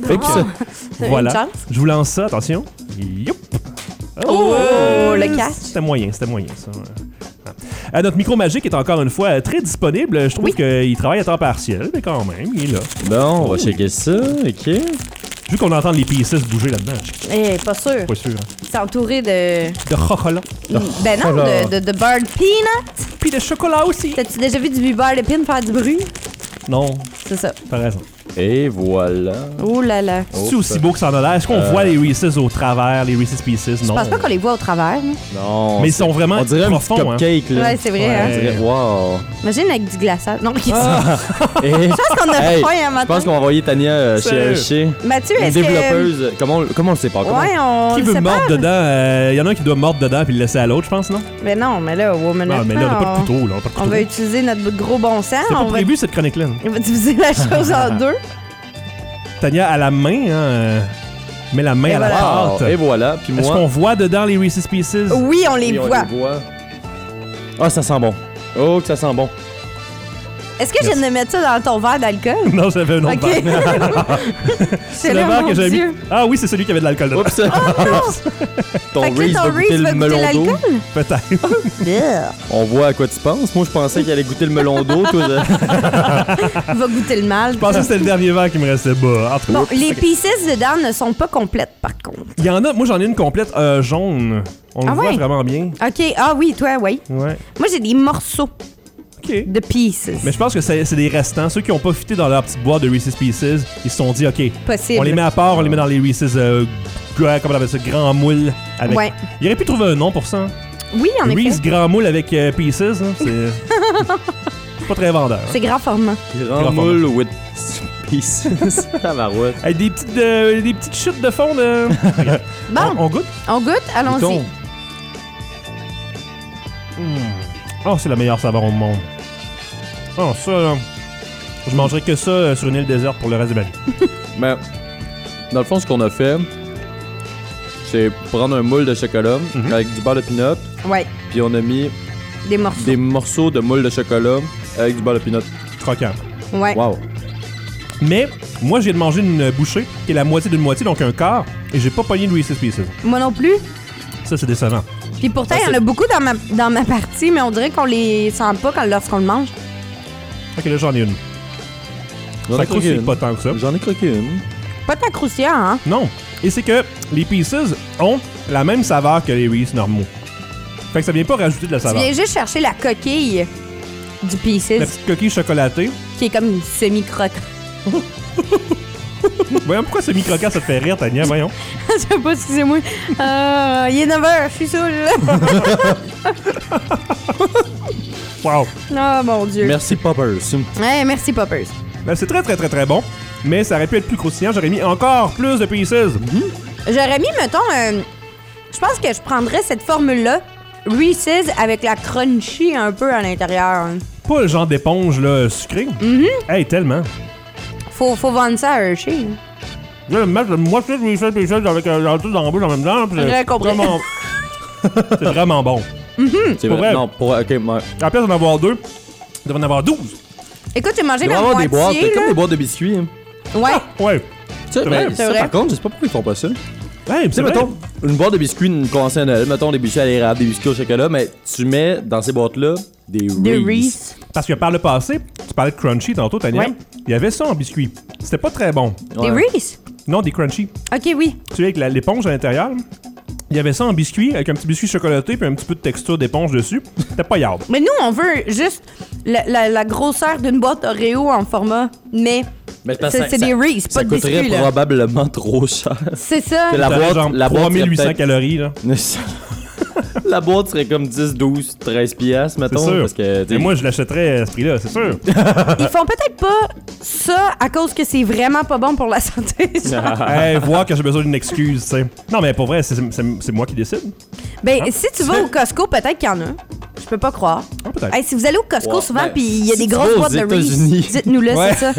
Speaker 2: Fait que ça-
Speaker 3: Une
Speaker 1: voilà.
Speaker 3: chance.
Speaker 1: Je vous lance ça, attention. Youp.
Speaker 3: Oh,
Speaker 1: ouais.
Speaker 3: le catch.
Speaker 1: C'était moyen, c'était moyen ça. Ouais. Euh, notre micro magique est encore une fois euh, très disponible. Je trouve
Speaker 3: Oui.
Speaker 1: qu'il travaille à temps partiel, mais quand même, il est là.
Speaker 2: Bon, on va checker ça, ok.
Speaker 1: Vu qu'on entend les pieces bouger là-dedans, je suis
Speaker 3: Eh, pas sûr.
Speaker 1: pas sûr. hein.
Speaker 3: C'est entouré de.
Speaker 1: De chocolat.
Speaker 3: Ben non,
Speaker 1: chocolat.
Speaker 3: de, de, de beurre de peanut.
Speaker 1: Puis de chocolat aussi.
Speaker 3: T'as-tu déjà vu du beurre de peanut faire du bruit?
Speaker 1: Non,
Speaker 3: C'est ça.
Speaker 1: t'as raison.
Speaker 2: Et voilà.
Speaker 3: Oh là là.
Speaker 1: C'est aussi beau que ça en a l'air. Est-ce qu'on voit
Speaker 2: Euh.
Speaker 1: les Reese's au travers, les Reese's Pieces?
Speaker 3: Je
Speaker 1: Non.
Speaker 3: pense pas qu'on les voit au travers. hein.
Speaker 2: Non.
Speaker 1: Mais ils
Speaker 2: c'est-
Speaker 1: sont vraiment
Speaker 2: on dirait un petit
Speaker 1: profonds. hein.
Speaker 2: cupcake là.
Speaker 3: Ouais, c'est vrai.
Speaker 1: Ouais.
Speaker 2: On
Speaker 3: Hein?
Speaker 2: dirait wow.
Speaker 3: Imagine avec du glaçage. Non, mais
Speaker 1: Ah.
Speaker 2: Et-
Speaker 3: je pense qu'on a
Speaker 2: Hey,
Speaker 3: faim un
Speaker 2: je pense
Speaker 3: matin.
Speaker 2: qu'on va envoyer Tania euh, chez
Speaker 1: Sérieux?
Speaker 2: Hershey.
Speaker 3: Mathieu,
Speaker 2: Une
Speaker 3: est-ce que.
Speaker 2: développeuse. Comment, on- comment on le sait pas? Comment...
Speaker 3: Ouais, on.
Speaker 1: Qui
Speaker 3: le
Speaker 1: veut
Speaker 3: sait
Speaker 1: mordre
Speaker 3: pas.
Speaker 1: dedans? Il y en a un qui doit mordre dedans puis le laisser à l'autre, je pense, non?
Speaker 3: Mais non, mais là, au
Speaker 1: Non,
Speaker 3: moment
Speaker 1: mais là, on n'a pas de couteau, là. On n'a pas de
Speaker 3: On
Speaker 1: couteau.
Speaker 3: va utiliser notre gros bon sens.
Speaker 1: C'était pas
Speaker 3: On va,
Speaker 1: prévu, cette chronique-là. non?
Speaker 3: on va diviser la chose en deux.
Speaker 1: Tania, à la main, hein, euh, met la main
Speaker 3: Et
Speaker 1: à la
Speaker 2: Ah,
Speaker 1: pâte.
Speaker 2: et voilà. Puis
Speaker 1: Est-ce qu'on
Speaker 2: moi,
Speaker 1: voit dedans les Reese's Pieces?
Speaker 3: Oui, on les
Speaker 2: oui, on
Speaker 3: voit.
Speaker 2: Ah, ça sent bon. Oh, que ça sent bon.
Speaker 3: Est-ce que je viens de mettre ça dans ton verre d'alcool?
Speaker 1: Non, j'avais un autre
Speaker 3: Ok.
Speaker 1: verre.
Speaker 3: C'est
Speaker 1: le
Speaker 3: là,
Speaker 1: verre
Speaker 3: mon
Speaker 1: que j'avais
Speaker 3: Dieu. Oh,
Speaker 1: mis. Ah oui, c'est celui qui avait de l'alcool dedans.
Speaker 2: Oups. ton
Speaker 3: Ah! Fait que
Speaker 2: Reese
Speaker 3: là, ton
Speaker 2: va goûter
Speaker 3: Reese va
Speaker 2: le
Speaker 3: goûter
Speaker 2: melon d'eau.
Speaker 3: l'alcool.
Speaker 1: Peut-être.
Speaker 2: On voit à quoi tu penses. Moi, je pensais qu'il allait goûter le melon d'eau. toi, je-
Speaker 3: Va goûter le mal.
Speaker 1: Je pensais que c'était le dernier verre qui me restait bas. En tout cas,
Speaker 3: Bon,
Speaker 1: oups.
Speaker 3: les
Speaker 1: Ok.
Speaker 3: pieces dedans ne sont pas complètes, par contre.
Speaker 1: Il y en a, moi j'en ai une complète euh, jaune. On le
Speaker 3: Ah
Speaker 1: voit
Speaker 3: ouais?
Speaker 1: vraiment bien.
Speaker 3: OK. Ah oui, toi, oui.
Speaker 1: Ouais.
Speaker 3: Moi, j'ai des morceaux
Speaker 1: OK.
Speaker 3: de pieces.
Speaker 1: Mais je pense que c'est c'est des restants. Ceux qui ont pas fité dans leur petite boîte de Reese's Pieces, ils se sont dit, OK,
Speaker 3: Possible.
Speaker 1: on les met à part, on les met dans les Reese's, euh, gra- comment on appelle ça, grand moule. Avec...
Speaker 3: Ouais.
Speaker 1: Il aurait pu trouver un nom pour ça. hein.
Speaker 3: Oui, en
Speaker 1: Reese
Speaker 3: effet.
Speaker 1: grand moule avec euh, Pieces, hein, c'est c'est pas très vendeur. hein.
Speaker 3: C'est grand format.
Speaker 2: Grand moule with pieces. Tamarouette.
Speaker 1: Hey, des, petites, euh, des petites chutes de fond de...
Speaker 3: Bon,
Speaker 1: On, on goûte?
Speaker 3: on goûte, allons-y.
Speaker 2: Goûtons.
Speaker 1: Oh, c'est la meilleure saveur au monde. Oh, ça, là, je mangerai que ça euh, sur une île déserte pour le reste de ma vie.
Speaker 2: Mais ben, dans le fond, ce qu'on a fait, c'est prendre un moule de chocolat
Speaker 1: Mhm.
Speaker 2: avec du beurre de pinot,
Speaker 3: Ouais,
Speaker 2: puis on a mis
Speaker 3: des morceaux.
Speaker 2: des morceaux de moule de chocolat avec du beurre de pinot.
Speaker 1: Croquant.
Speaker 3: Ouais.
Speaker 2: Wow.
Speaker 1: Mais moi, j'ai de manger une bouchée qui est la moitié d'une moitié, donc un quart, et j'ai pas pogné de Reese's Pieces.
Speaker 3: Moi non plus.
Speaker 1: Ça, c'est décevant.
Speaker 3: Puis pourtant,
Speaker 2: Ah,
Speaker 3: il y en
Speaker 2: c'est-
Speaker 3: a beaucoup dans ma, dans ma partie, mais on dirait qu'on les sent pas quand, lorsqu'on le mange.
Speaker 1: Ok, là, j'en ai une.
Speaker 2: J'en
Speaker 1: Ça
Speaker 2: ai croqué
Speaker 1: croustille
Speaker 2: une.
Speaker 1: pas tant que ça.
Speaker 2: J'en ai croqué une.
Speaker 3: Pas tant croustillant, hein?
Speaker 1: Non. Et c'est que les Pieces ont la même saveur que les Reese's normaux. Fait que ça vient pas rajouter de la
Speaker 3: Tu
Speaker 1: saveur.
Speaker 3: viens juste chercher la coquille du pieces,
Speaker 1: La petite coquille chocolatée.
Speaker 3: qui est comme semi-crotte.
Speaker 1: Voyons pourquoi ce micro-cas ça te fait rire, Tania, voyons.
Speaker 3: Je sais pas si c'est moi. Euh, il est 9h, je suis saoule.
Speaker 1: Wow.
Speaker 3: oh mon Dieu.
Speaker 2: Merci Poppers.
Speaker 3: Ouais, merci Poppers.
Speaker 1: Ben, c'est très, très, très, très bon. Mais ça aurait pu être plus croustillant. J'aurais mis encore plus de Pieces.
Speaker 3: Mhm. J'aurais mis, mettons, un- je pense que je prendrais cette formule-là, Reese's, avec la crunchy un peu à l'intérieur. hein.
Speaker 1: Pas le genre d'éponge, là, sucrée.
Speaker 3: Mhm.
Speaker 1: Hey, tellement.
Speaker 3: Faut, faut vendre ça à Hershey. hein.
Speaker 1: Là, le match, moi, je fais des choses avec euh, genre, tout dans la bouche en même temps. puis
Speaker 3: J'ai
Speaker 1: c'est
Speaker 3: compris.
Speaker 1: vraiment- c'est vraiment bon.
Speaker 2: C'est
Speaker 1: Pour vrai.
Speaker 2: Non, pour ok, moi.
Speaker 1: En plus d'en avoir deux, il devrait en avoir 12.
Speaker 3: Écoute, j'ai mangé
Speaker 2: Il doit y
Speaker 3: la
Speaker 2: avoir des
Speaker 3: moitié.
Speaker 2: boîtes,
Speaker 3: là.
Speaker 2: comme des boîtes de biscuits. hein.
Speaker 3: Ouais.
Speaker 1: Ah, Ouais.
Speaker 2: Tu sais,
Speaker 1: vrai.
Speaker 2: mais
Speaker 3: C'est
Speaker 2: ça,
Speaker 3: vrai.
Speaker 2: par contre, je sais pas pourquoi ils font pas ça. Tu
Speaker 1: Hey,
Speaker 2: sais, mettons, une boîte de biscuits une conventionnelle, mettons des biscuits à l'érable, des biscuits au chocolat, mais tu mets dans ces boîtes-là des Reese.
Speaker 3: Des Reese.
Speaker 1: Parce que par le passé, tu parlais de crunchy tantôt, Tania.
Speaker 3: Ouais.
Speaker 1: Il y avait ça en biscuit. C'était pas très bon.
Speaker 2: Ouais.
Speaker 3: Des Reese?
Speaker 1: Non, des crunchy.
Speaker 3: Ok, oui.
Speaker 1: Tu sais, avec la- l'éponge à l'intérieur, il y avait ça en biscuit, avec un petit biscuit chocolaté puis un petit peu de texture d'éponge dessus. C'était pas yard.
Speaker 3: Mais nous, on veut juste la, la- la grosseur d'une boîte Oreo en format, mais
Speaker 2: Mais parce que
Speaker 3: c'est
Speaker 2: ça-
Speaker 3: c'est
Speaker 2: ça-
Speaker 3: des Reese, pas
Speaker 2: Ça
Speaker 3: de
Speaker 2: coûterait
Speaker 3: biscuits. là.
Speaker 2: probablement trop cher.
Speaker 3: C'est ça.
Speaker 2: C'est La
Speaker 1: T'avais
Speaker 2: boîte-
Speaker 1: genre
Speaker 2: la boîte,
Speaker 1: 3800
Speaker 2: il y a peut-être-
Speaker 1: calories, là.
Speaker 2: La boîte serait comme 10, 12, 13 piastres,
Speaker 1: C'est
Speaker 2: mettons.
Speaker 1: sûr.
Speaker 2: Parce que, tu sais,
Speaker 1: Et moi, je l'achèterais à ce prix-là, c'est sûr.
Speaker 3: Ils font peut-être pas ça à cause que c'est vraiment pas bon pour la santé. genre.
Speaker 1: hey, voir que j'ai besoin d'une excuse, tu sais. Non, mais pour vrai, c'est- c'est c'est moi qui décide.
Speaker 3: ben, si tu vas au Costco, peut-être qu'il y en a. Je peux pas croire.
Speaker 1: Ah, peut-être.
Speaker 3: Hey, si vous allez au Costco
Speaker 2: Ouais,
Speaker 3: souvent,
Speaker 2: ben,
Speaker 3: puis il y a
Speaker 2: si
Speaker 3: des
Speaker 2: tu
Speaker 3: grosses
Speaker 2: vas aux
Speaker 3: boîtes de
Speaker 2: États-Unis.
Speaker 3: Reese, dites-nous là,
Speaker 1: Ouais.
Speaker 3: c'est ça.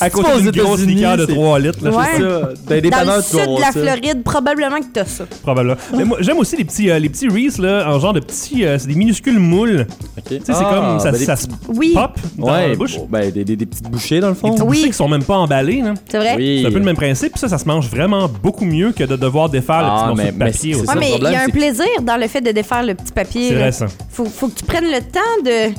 Speaker 1: à
Speaker 2: tu vas
Speaker 1: côté
Speaker 2: aux
Speaker 1: d'une grosse
Speaker 2: États-Unis,
Speaker 1: liqueur de
Speaker 2: c'est-
Speaker 1: 3 litres, là, je
Speaker 3: Ouais.
Speaker 1: sais
Speaker 2: c'est ça. Dans les
Speaker 3: Dans le
Speaker 2: dépanneurs, tu vas
Speaker 3: sud de
Speaker 2: voir
Speaker 3: la
Speaker 2: ça.
Speaker 3: Floride, probablement que t'as ça.
Speaker 1: Probablement. Mais moi, j'aime aussi les petits, euh, les petits Reese, là, en genre de petits. euh, c'est des minuscules moules.
Speaker 2: Ok.
Speaker 1: Tu sais, c'est
Speaker 2: Ah,
Speaker 1: comme. Ça,
Speaker 2: ben, des
Speaker 1: ça
Speaker 2: petits-
Speaker 1: se
Speaker 3: Oui.
Speaker 1: pop dans
Speaker 2: ouais,
Speaker 1: la bouche.
Speaker 2: bon, ben, des, des- des petites bouchées, dans le
Speaker 1: Les
Speaker 2: fond.
Speaker 1: petits
Speaker 3: Oui.
Speaker 1: bouchées qui sont même pas emballées, là.
Speaker 3: C'est vrai?
Speaker 2: Oui.
Speaker 1: C'est un peu le même principe, ça, ça se mange vraiment beaucoup mieux que de devoir défaire
Speaker 2: Ah,
Speaker 1: le petit morceau
Speaker 2: mais-
Speaker 1: de
Speaker 2: mais
Speaker 1: papier. aussi.
Speaker 2: c'est
Speaker 3: Ouais,
Speaker 2: ça. le
Speaker 3: mais il y
Speaker 2: problème,
Speaker 3: a un
Speaker 2: c'est que-
Speaker 3: plaisir dans le fait de défaire le petit papier.
Speaker 1: C'est
Speaker 3: là.
Speaker 1: vrai, ça.
Speaker 3: Faut, faut que tu prennes le temps de,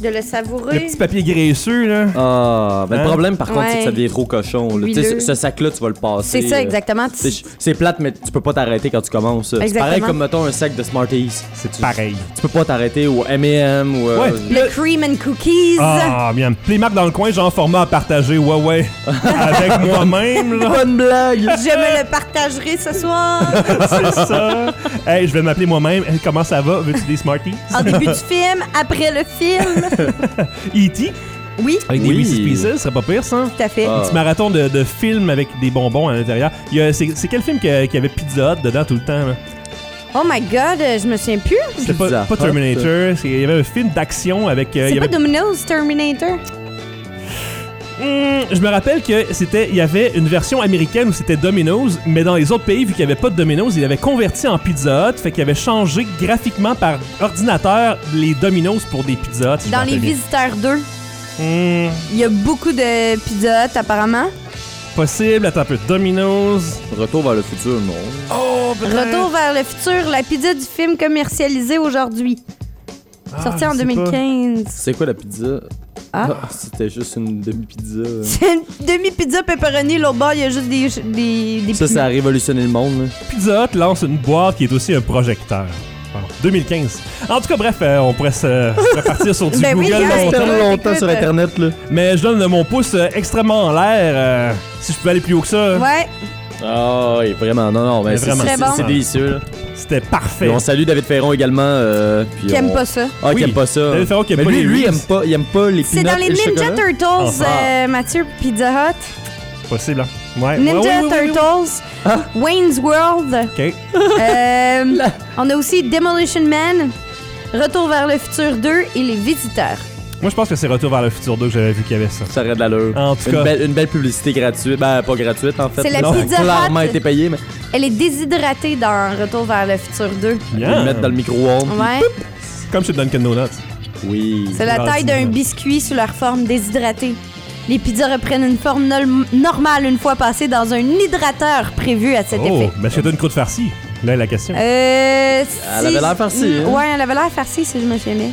Speaker 3: de le savourer.
Speaker 1: Le petit papier graisseux, là.
Speaker 2: Ah, ben,
Speaker 1: Hein?
Speaker 2: le problème, par contre, c'est que ça
Speaker 3: Ouais.
Speaker 2: devient trop cochon. là. Tu sais,
Speaker 3: Huileux.
Speaker 2: ce, ce sac-là, tu vas le passer.
Speaker 3: C'est ça,
Speaker 2: euh,
Speaker 3: exactement.
Speaker 2: c'est- C'est plate, mais tu peux pas t'arrêter quand tu commences. ça. C'est
Speaker 3: Exactement.
Speaker 2: pareil comme, mettons, un sac de Smarties.
Speaker 1: C'est
Speaker 2: Tu-
Speaker 1: pareil.
Speaker 2: Tu peux pas t'arrêter au M&M ou... euh,
Speaker 1: Ouais.
Speaker 3: Le cream and cookies.
Speaker 1: Ah, bien. Playmark dans le coin, genre format à partager, ouais, ouais. Avec moi-même, là.
Speaker 2: Bonne blague!
Speaker 3: Je me le partagerai ce soir
Speaker 1: C'est ça. Hey, je vais m'appeler moi-même. Hey, comment ça va? Veux-tu des Smarties?
Speaker 3: en début du film, après le film.
Speaker 1: E.T.
Speaker 3: Oui,
Speaker 1: Avec E des
Speaker 2: Oui.
Speaker 1: Reese's Pieces, ce serait pas pire, ça?
Speaker 3: tout à fait.
Speaker 2: Ah.
Speaker 1: Petit marathon de, de films avec des bonbons à l'intérieur. Il y a- C'est c'est quel film que- qui avait Pizza Hut dedans tout le temps? là?
Speaker 3: Oh my god, euh, je me souviens plus.
Speaker 1: C'était pas,
Speaker 2: Pizza
Speaker 1: pas
Speaker 2: Hut.
Speaker 1: Terminator. c'est- Il y avait un film d'action avec. euh, il
Speaker 3: C'est
Speaker 1: y
Speaker 3: pas
Speaker 1: avait-
Speaker 3: Domino's Terminator?
Speaker 1: Hmm, je me rappelle que c'était, il y avait une version américaine où c'était Domino's, mais dans les autres pays, vu qu'il n'y avait pas de Domino's, il avait converti en Pizza Hut, fait qu'il avait changé graphiquement par ordinateur les Domino's pour des Pizza Hut. si je
Speaker 3: Dans
Speaker 1: me
Speaker 3: les
Speaker 1: rappelle bien.
Speaker 3: Visiteurs 2,
Speaker 1: Hmm,
Speaker 3: il y a beaucoup de Pizza Hut, apparemment.
Speaker 1: possible, attends un peu. Domino's.
Speaker 2: Retour vers le futur, non.
Speaker 1: Oh,
Speaker 3: Retour vers le futur, la pizza du film commercialisé aujourd'hui.
Speaker 1: Ah,
Speaker 3: Sorti en 2015.
Speaker 2: C'est quoi la pizza?
Speaker 3: Ah.
Speaker 2: C'était juste une demi-pizza.
Speaker 3: C'est une demi-pizza pepperoni, l'autre bord, il y a juste des... des, des
Speaker 2: Ça, ça a révolutionné le monde. là.
Speaker 1: Pizza Hut lance une boîte qui est aussi un projecteur. Wow, 2015. En tout cas, bref, euh, on pourrait se se repartir sur du
Speaker 3: Ben oui,
Speaker 1: Google
Speaker 3: gars,
Speaker 1: longtemps.
Speaker 3: c'est
Speaker 2: Perdre
Speaker 3: Écoute,
Speaker 2: longtemps sur
Speaker 3: écoute,
Speaker 2: Internet, là.
Speaker 1: Mais je donne mon pouce euh, extrêmement en l'air. euh, si je peux aller plus haut que ça,
Speaker 3: Ouais,
Speaker 2: Ah oui, vraiment, non, non,
Speaker 1: Mais
Speaker 2: mais c'est
Speaker 1: vraiment.
Speaker 2: c'est-
Speaker 3: Très bon.
Speaker 2: c'est délicieux. là.
Speaker 1: c'était parfait.
Speaker 2: Et on salue David Ferron également. euh, puis
Speaker 3: qui aime
Speaker 2: on-
Speaker 3: pas ça.
Speaker 2: Ah,
Speaker 1: Oui.
Speaker 2: qui aime pas ça.
Speaker 1: David Ferron qui aime
Speaker 2: mais
Speaker 1: pas
Speaker 2: lui,
Speaker 1: les
Speaker 2: lui,
Speaker 1: Reeves.
Speaker 2: aime pas, il aime pas les
Speaker 3: C'est
Speaker 2: peanuts
Speaker 3: dans les
Speaker 2: et le
Speaker 3: Ninja
Speaker 2: chocolat.
Speaker 3: Turtles,
Speaker 1: Ah.
Speaker 3: euh, Mathieu, Pizza Hut.
Speaker 1: Possible, hein? Ouais.
Speaker 3: Ninja
Speaker 1: Ouais, ouais, ouais, Ah. ouais, ouais.
Speaker 3: Turtles, Wayne's World.
Speaker 1: Ok.
Speaker 3: euh, on a aussi Demolition Man, Retour vers le futur 2 et Les Visiteurs.
Speaker 1: Moi, je pense que c'est Retour vers le futur 2 que j'avais vu qu'il y avait ça.
Speaker 2: Ça aurait de l'allure.
Speaker 1: En tout
Speaker 2: une,
Speaker 1: cas.
Speaker 2: Belle, une belle publicité gratuite. Ben, pas gratuite, en fait.
Speaker 3: C'est la
Speaker 2: Non,
Speaker 3: Pizza
Speaker 2: clairement
Speaker 3: Hut.
Speaker 2: été payée, mais
Speaker 3: Elle est déshydratée dans Retour vers le futur 2.
Speaker 1: Bien.
Speaker 2: le mettre dans le micro-ondes.
Speaker 3: Ouais.
Speaker 1: Comme chez Dunkin' Donuts.
Speaker 2: Oui.
Speaker 3: C'est la
Speaker 1: Ah,
Speaker 3: taille d'un
Speaker 1: dis-moi.
Speaker 3: biscuit sous leur forme déshydratée. Les pizzas reprennent une forme nol- normale une fois passées dans un hydrateur prévu à cet
Speaker 1: Oh,
Speaker 3: effet.
Speaker 1: mais est-ce que t'as une croûte farcie? Là est la question.
Speaker 3: Euh,
Speaker 2: Elle avait l'air farcie, hein? Ben.
Speaker 3: Ouais, elle avait l'air farcie, si je me souviens bien.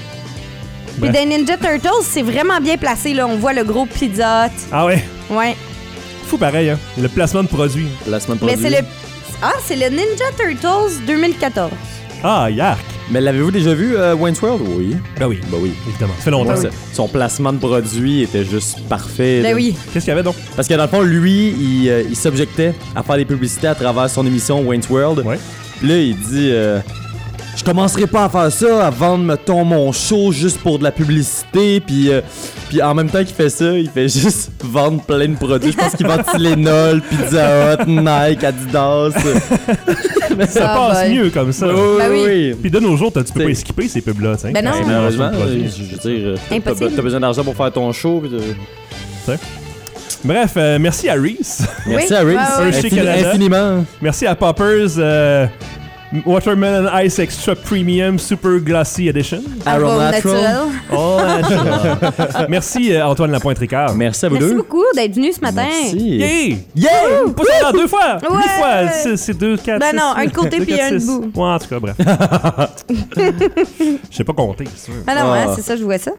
Speaker 3: Puis
Speaker 1: Bref.
Speaker 3: des Ninja Turtles, c'est vraiment bien placé, là. On voit le gros pizza. Hut.
Speaker 1: Ah ouais,
Speaker 3: Ouais.
Speaker 1: fou pareil, hein. Le placement de produit.
Speaker 2: La semaine
Speaker 3: Mais
Speaker 2: prochaine.
Speaker 3: c'est le. Ah, c'est le Ninja Turtles 2014.
Speaker 1: Ah, yark.
Speaker 2: Mais l'avez-vous déjà vu, euh, Wayne's World? Oui.
Speaker 1: Ben oui,
Speaker 2: Ben oui.
Speaker 1: évidemment. Ça fait longtemps.
Speaker 2: Ouais,
Speaker 1: ça.
Speaker 2: c'est- Son placement de produit était juste parfait.
Speaker 3: Ben
Speaker 2: là.
Speaker 3: oui.
Speaker 1: Qu'est-ce qu'il y avait donc?
Speaker 2: Parce que dans le fond, lui, il, euh, il s'objectait à faire des publicités à travers son émission Wayne's World.
Speaker 1: Ouais.
Speaker 2: Puis là, il dit euh, Je commencerai pas à faire ça, à vendre, mettons, mon show juste pour de la publicité. Puis, euh, puis en même temps qu'il fait ça, il fait juste vendre plein de produits. Je pense qu'il vend Tylenol, Pizza Hut, Nike, Adidas.
Speaker 1: Ça
Speaker 3: Ah,
Speaker 1: passe
Speaker 3: ben.
Speaker 1: mieux comme ça.
Speaker 3: Ben oui.
Speaker 1: Puis de nos jours, t'as- tu peux
Speaker 2: C'est-
Speaker 1: pas les skipper ces pubs-là, tiens.
Speaker 3: Ben non.
Speaker 1: C'est
Speaker 2: Et
Speaker 1: vraiment
Speaker 2: malheureusement,
Speaker 1: sur le produit.
Speaker 2: euh, je je veux dire, euh, t'as-
Speaker 3: Impossible.
Speaker 2: t'as besoin d'argent pour faire ton show. puis de-
Speaker 1: Bref, euh, merci à Reese.
Speaker 2: Merci
Speaker 3: Bah Oui,
Speaker 2: à Reese.
Speaker 3: ouais,
Speaker 1: ouais. Hershey
Speaker 2: Infin-
Speaker 1: Canada.
Speaker 2: Infiniment.
Speaker 1: merci à Poppers. euh, Watermelon Ice Extra Premium Super Glossy Edition.
Speaker 3: Arôme
Speaker 2: Aromatro.
Speaker 3: naturel.
Speaker 1: Oh,
Speaker 3: Ah.
Speaker 1: naturel. merci euh, Antoine Lapointe-Ricard.
Speaker 2: Merci à vous
Speaker 3: Merci
Speaker 2: deux.
Speaker 3: beaucoup d'être venu ce matin.
Speaker 2: Merci.
Speaker 1: Yeah!
Speaker 2: Yeah!
Speaker 1: Pas ça deux fois!
Speaker 3: Ouais.
Speaker 1: Huit fois! C'est- C'est deux, quatre,
Speaker 3: Ben
Speaker 1: six,
Speaker 3: non, un de côté
Speaker 1: deux,
Speaker 3: puis
Speaker 1: quatre,
Speaker 3: un de
Speaker 1: six.
Speaker 3: bout.
Speaker 1: Ouais, en tout cas, bref. Je sais pas compter, c'est sûr.
Speaker 3: Ah non,
Speaker 2: Ah.
Speaker 3: hein, c'est ça, je vois ça.